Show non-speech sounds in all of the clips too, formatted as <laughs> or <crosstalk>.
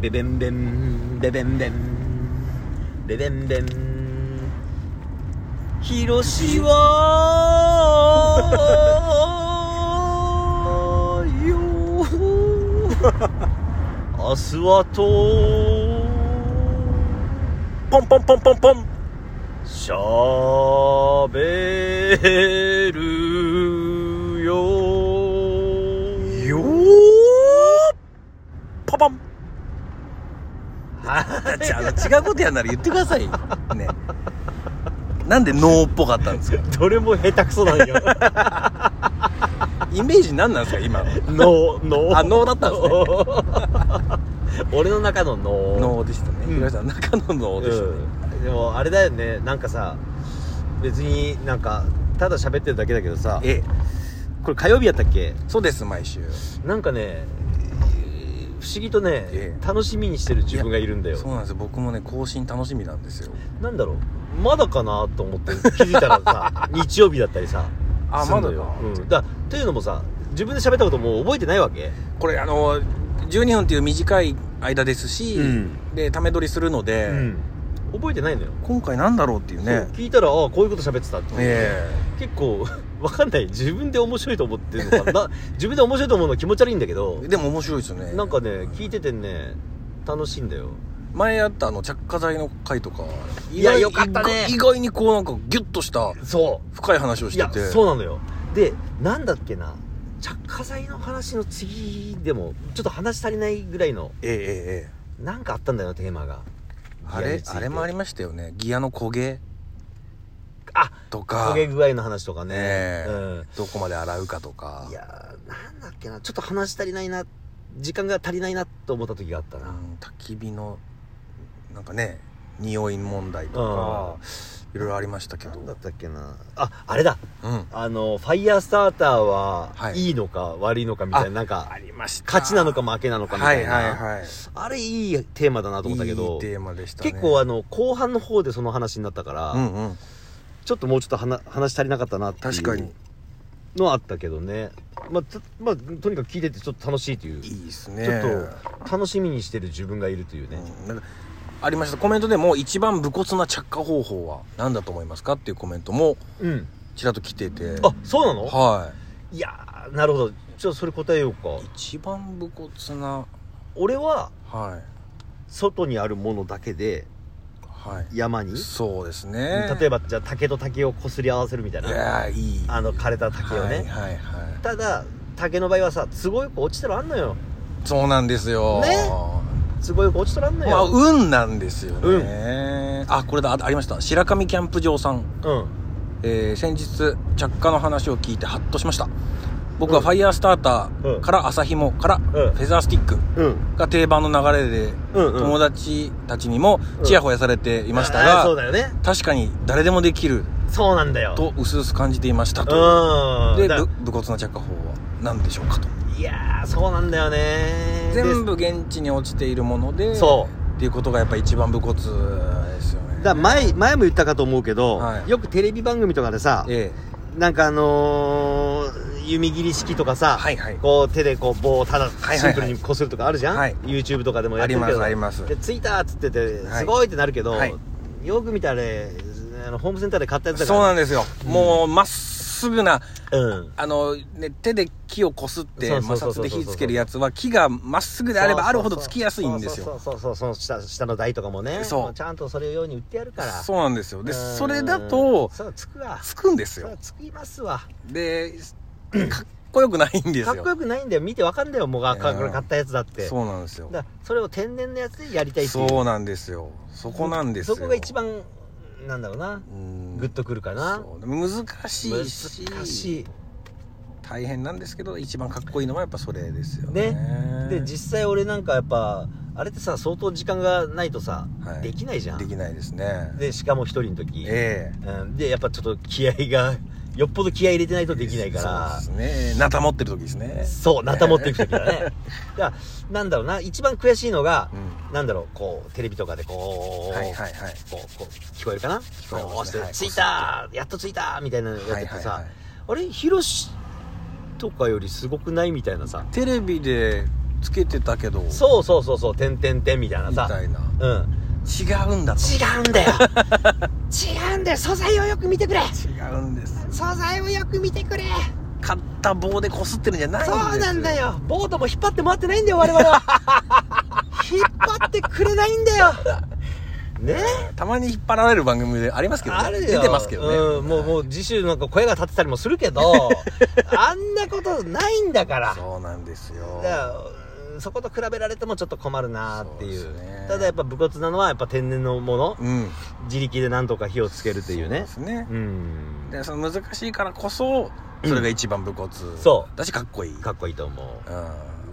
ベベンベンベベンベンベベンベンヒロシはよ明日はとポンポンポンポンポンしゃべるよよ <laughs> パパンはじゃああの違うことやんなら言ってくださいよねなんで脳っぽかったんですかいどれも下手くそなんよ <laughs> イメージ何なんですか今の脳脳あ脳だったんですね <laughs> 俺の中の脳脳でしたねうん皆さん中の脳でしたねうん、でもあれだよねなんかさ別になんかただ喋ってるだけだけどさええこれ火曜日やったっけそうです毎週なんかねえー不思議とね、ええ楽しみにしてる自分がいるんだよそうなんですよ僕もね更新楽しみなんですよなんだろうまだかなと思って気づいたら <laughs> さ日曜日だったりさあすんのまだかうん、だというのもさ自分で喋ったこともう覚えてないわけこれあの12分っていう短い間ですし、うんでため撮りするので、うん覚えてないのよ、今回なんだろうっていうねそう聞いたらああこういうこと喋ってたって、え結構 <laughs> わかんない自分で面白いと思ってるのかな <laughs> な自分で面白いと思うの気持ち悪いんだけどえでも面白いですよねなんかね聞いててね楽しいんだよ前あったあの着火剤の回とかいや意外よかったね意外にこうなんかギュッとしたそ深い話をいしてやてそうなのよでなんだっけな着火剤の話の次でもちょっと話足りないぐらいのええええええなんかあったんだよなテーマがあギアれについてあれもありましたよねギアの焦げあとか焦げ具合の話とかねねえうんどこまで洗うかとかいやーなんだっけなちょっと話足りないな時間が足りないなと思った時があったうな、ん焚き火のなんかね匂い問題とかいろいろありましたけどなんだったっけなああれだうんあのファイヤースターターははいいいのか悪いのかみたいな,、あなんかりました勝ちなのか負けなのかみはたいいな、はいはいあれいいテーマだなと思ったけどいいテーマでしたね結構あの後半の方でその話になったから、うんうんちょっともうちょっと話話足りなかったなってい確かにうのはあったけどねまあ、とまあ、とにかく聞いててちょっと楽しいといういいですねちょっと楽しみにしてる自分がいるというね、うんなんかありましたコメントでも一番武骨な着火方法は何だと思いますかっていうコメントもうん、ちらっと来ててあそうなのはいやーなるほどちょっとそれ答えようかい一番武骨な俺ははい外にあるものだけでは山にいそうですね例えばじゃあ竹と竹をこすり合わせるみたいいなやーいいあの枯れた竹をね、はいはいはいただ竹の場合はさ都合よく落ちたらあんのよそうなんですよね都合よく落ちたらあんのまあよ、運なんですよねあこれだあありました白神キャンプ場さんうんえー先日着火の話を聞いてハッとしました僕はうんファイヤースタータうーんから朝ひもからフうんェザースティックうんが定番の流れでうん友達たちにもうんちやほやされていましたあーそうがだよね確かに誰でもできるそうなんだよと薄々感じていましたとうんでだぶ武骨な着火法は何でしょうかといやーそうなんだよね全部部現地に落ちているものでそっていうことがやっぱ一番武骨ですよねうだ前前も言ったかと思うけど、はいよくテレビ番組とかでさええなんかあのー弓切り式とかさ、はいはいこう手でこう棒をただはいシンプルにこするとかあるじゃん、はい YouTube とかでもやあってりるまけどすありますで着いたっつってて、はいすごいってなるけど、はいよく見たらねあのホームセンターで買ったやつだかそうなんらですよもうまっすぐなそうなんうんあの、ね、手で木をこすってそう摩そうそうそ擦うで火つけるやつは木がまっすぐであればあるほどつきやすいんですよそうそうそうそうそうそう下下の台とかもねそうもちゃんとそれ用に売ってやるからそうなんですようでんそれだとそうつくわつくんですそようつきますわでかっこよくないんですよかっこよくないんだよ見てわかんだよもうがうんこれ買ったやつだってそうなんですよだからそれを天然のやつでやりたいっていうそうなんですよそこなんですよそこが一番なんだろうなうんグッとくるかなそう難しいし難しい大変なんですけど一番かっこいいのはやっぱそれですよねで実際俺なんかやっぱあれってさ相当時間がないとさ、はいできないじゃんできないですねでしかも一人の時、ええうん、でやっぱちょっと気合が <laughs> よっぽど気合入れてないとできないからそうですねなた持ってる時ですねそうなた持っていく時だね <laughs> だからなんだろうな一番悔しいのがう、んなんだろうこうテレビとかでこう、はいはいはいこうこう聞こえるかなこえますこねはうい着いたやっと着いたみたいなやつってさ、はいはいはいあれヒロシとかよりすごくないみたいなさテレビでつけてたけどそうそうそうそう、てんてんてんみたいなみさ。たいなうん。違うんだと違うんだよ違うんだよ素材をよく見てくれ違うんです素材をよく見てくれ買った棒でこすってるんじゃないんですそうなんだよボートも引っ張って回ってないんだよ我々は <laughs> 引っ張ってくれないんだよねたまに引っ張られる番組でありますけどあねるよ出てますけどね、うん、もうもう次週なんか声が立ってたりもするけど <laughs> あんなことないんだからそうなんですよだからうんそこと比べられてもちょっと困るなっていそううですねただやっぱ武骨なのはやっぱ天然のものうん自力でなんとか火をつけるっていうねそうですねうんでその難しいからこそそれが一番武骨、そだしかっこいいかっこいいと思うんう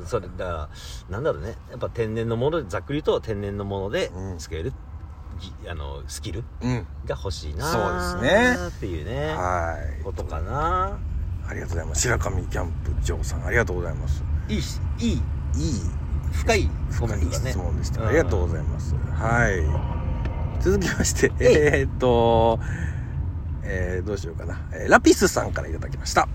それだからなんだろうねやっぱ天然のものざっくり言うと天然のものでうんつける、ぎあのスキルうんが欲しいなそうですねっていうねはいことかなありがとうございます白神キャンプ長さんありがとうございますいいしいいいい深いコメントだね質問でした、うんありがとうございますはい続きましてえーっとえーどうしようかな、えーラピスさんからいただきました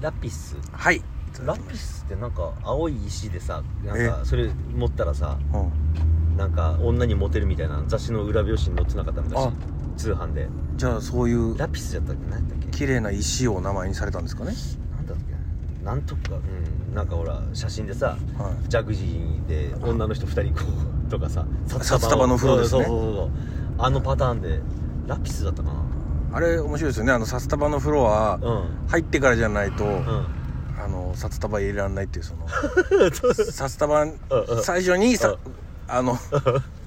ラピスはいラピスってなんか青い石でさなんかえそれ持ったらさうんなんか女にモテるみたいな雑誌の裏表紙に載ってなかった昔あ通販でじゃあそういうラピスだったっけ何だったっけ綺麗な石を名前にされたんですかねなんだっけなんとかうんなんかほら写真でさはいジャグジーで女の人2人こうとかさ札束の風呂ですねそうそうそうそうあのパターンでラピスだったかあれ面白いですよねあの札束のフロアなうん入ってからじゃないと、うんあの札束入れられないっていうその <laughs> そう札束うん最初にうさんあの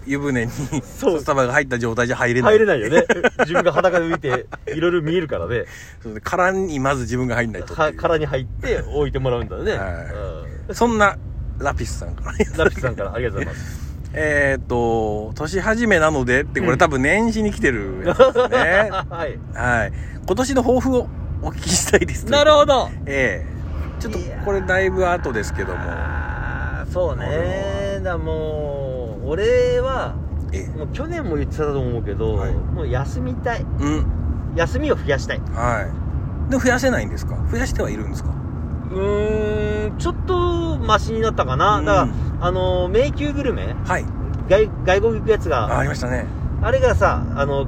湯船にそう札束が入った状態じゃ入れない入れないよね <laughs> 自分が裸で見ていろいろ見えるからねそうで殻にまず自分が入んないとってはいう殻に入って置いてもらうんだよね、はうんそんなラピスさんからラピスさんからありがとうございますえっと年始めなのでってこれ多分年始に来てるやつです <laughs> ねはいはい今年の抱負をお聞きしたいですなるほどええちょっとこれだいぶ後ですけどもあーそうねだもう俺はええもう去年も言ってたと思うけど、はいもう休みたいうん休みを増やしたいうはい。で、増やせないんですか増やしてはいるんですかーんちょっとマシになったかな、うんだからあの迷宮グルメはい。外外国行くやつあ、がありましたね。あれがさあの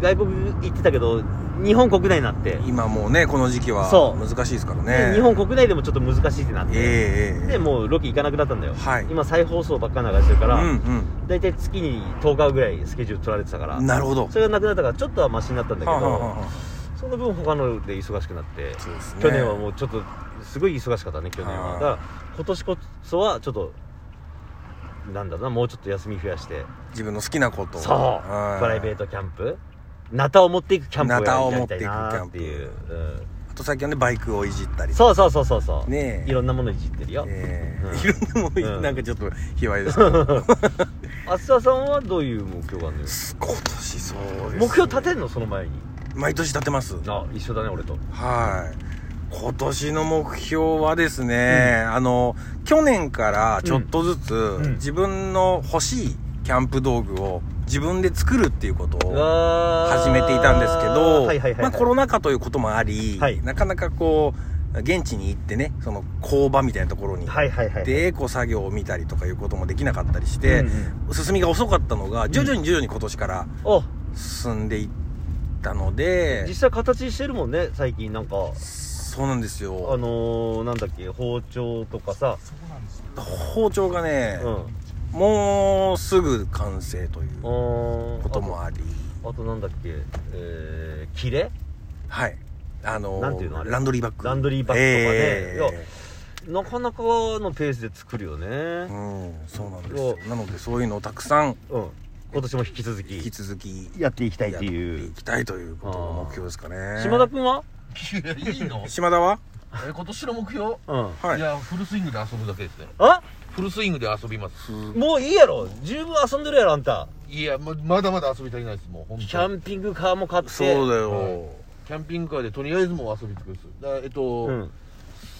外国行ってたけど日本国内になって今もうね、この時期はそう難しいですからでね。日本国内でもちょっと難しいってなって、ええええでもうロケ行かなくなったんだよ、はい今再放送ばっか流してるかうら、ん大体月に10日ぐらいスケジュール取られてたからうん。なるほど。それがなくなったからちょっとはマシになったんだけど、はあはあはあその分他ので忙しくなって、そうですね。去年はもうちょっとすごい忙しかったね去年ははだいから今年こそはちょっとなんだろうなもうちょっと休み増やして自分の好きなことをそうはいプライベートキャンプナタを持っていくキャンプナタををや持りったていいくキなャっンてプいう、うんあと最近はね、バイクをいじったり。そうそうそうそうそう、ねえいろんなものいじってるよ、えうんえいろんなもの、うんなんかちょっと卑猥ですけど <laughs> あすささんはどういう目標があるのよ今年そうですね目標立てんのその前に毎年立てますあ一緒だね俺とはい。今年の目標はですね、あの、去年からちょっとずつ、ん自分の欲しいキャンプ道具を自分で作るっていうことを始始めていたんですけど、はいはいはい、はい、まあコロナ禍ということもあり、はいなかなかこう、現地に行ってね、その工場みたいなところに行はいはいはいっで、て、こう作業を見たりとかいうこともできなかったりして、うんうん進みが遅かったのが、徐々に徐々に今年からお進んでいったので実、際形してるもんね最近なんかそうなんですよ。あのー、なんだっけ包丁とかさ包丁がね、うんもうすぐ完成といううこーんともありあとあとなんだっけえー、キレはいあのなんていうのあれランドリーバッグランドリーバッグとかねええいやなかなかのペースで作るよねうんそうなんですよなのでそういうのをたくさんうん今年も引き続き引き続きやっていきたいっやっていてういきたいということが目標ですかね島田君はいやいいの島田はえ今年の目標うんはいいやフルスイングで遊ぶだけですねあフルスイングで遊びますもういいやろ十分遊んでるやろあんたいやままだまだ遊び足りないですもう本当キにャンピングカーも買ってそうだよ、はいキャンピングカーでとりあえずもう遊び尽くすだからえっと、うん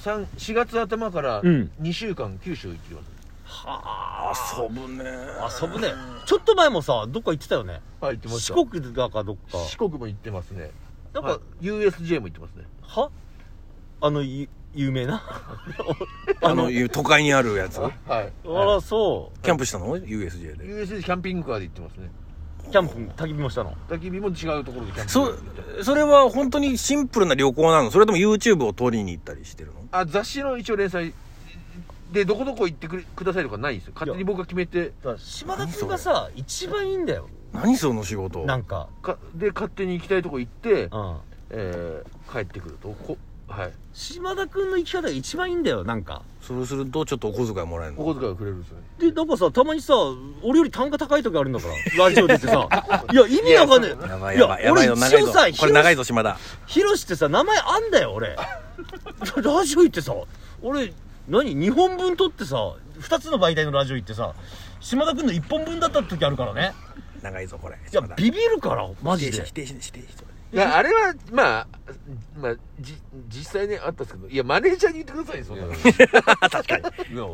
三4月頭からうん2週間九州行ってきます、は遊ぶねあ遊ぶねちょっと前もさどっか行ってたよねはい行ってます四国だかどっか四国も行ってますねなんか、はい USJ も行ってますねはあのい有名なあの、いう都会にあるやつ。はいあらそうキャンプしたの ?USJ で。 USJ キャンピングカーで行ってますねキャンプ焚き火もしたの焚き火も違うところでキャンピングカそーで行ってます、それは本当にシンプルな旅行なのそれとも YouTube を撮りに行ったりしてるのあ雑誌の一応連載でどこどこ行ってくれくださいとかないんですよ勝手に僕が決めてだから島田君がさ一番いいんだよ何その仕事。なんかかで勝手に行きたいとこ行っうて、んえー帰ってくるとこはい島田君の生き方が一番いいんだよなんかそうすると、ちょっとお小遣いもらえるのお小遣いをくれるんですよねでなんかさたまにさ俺より単価高い時あるんだ <laughs> からラジオでってさいや意味わかんねえやばいやばい、やばいよ、俺長い一ぞ応さ。これ長いぞ、島田。ヒロシってさ名前あんだよ俺 <laughs> ラジオ行ってさ俺何2本分撮ってさ2つの媒体のラジオ行ってさ島田君の1本分だった時あるからね長いぞ、これ。いや島田ビビるからマジ否定でし否定し否定し否定しいやあれはまあまあじ実際ねあったんですけどいやマネージャーに言ってくださいよそんなの <laughs> 確かに。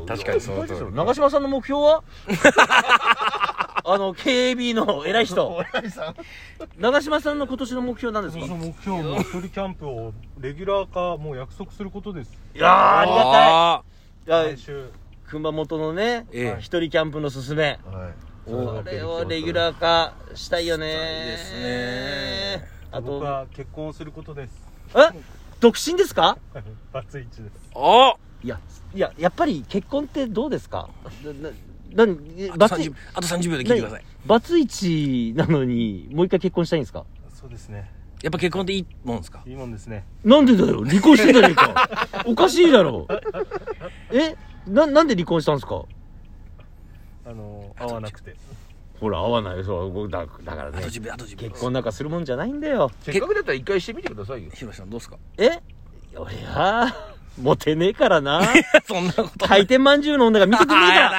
確かにその通り長嶋さんの目標は <laughs> あの KB の偉い <laughs> 人長嶋さんの今年の目標なんですか私の目標も一人キャンプをレギュラー化もう約束することですいやーありがあたいい来や週熊本のね一、ええ人キャンプのすすめはいこれをレギュラー化したいよねしたいですねあ僕とは結婚をすることです <laughs> え独身ですかはいバツイチですーあいやいややっぱり結婚ってどうですかなななあとバツイ30あと30秒で聞いてください。バツイチなのにもう一回結婚したいんですかそうですねやっぱ結婚っていいもんですかいいもんですねなんでだよ離婚してんじゃねえかおかしいだろえななんで離婚したんですかあの合わなくてほら合わないそうだだからあねと10秒、あと10秒。結婚なんかするもんじゃないんだよせっかくだったら一回してみてくださいよヒロシさんどうですか <laughs> え俺はモテねえからなそんなこと。回転まんじゅうの女が見てくんねえから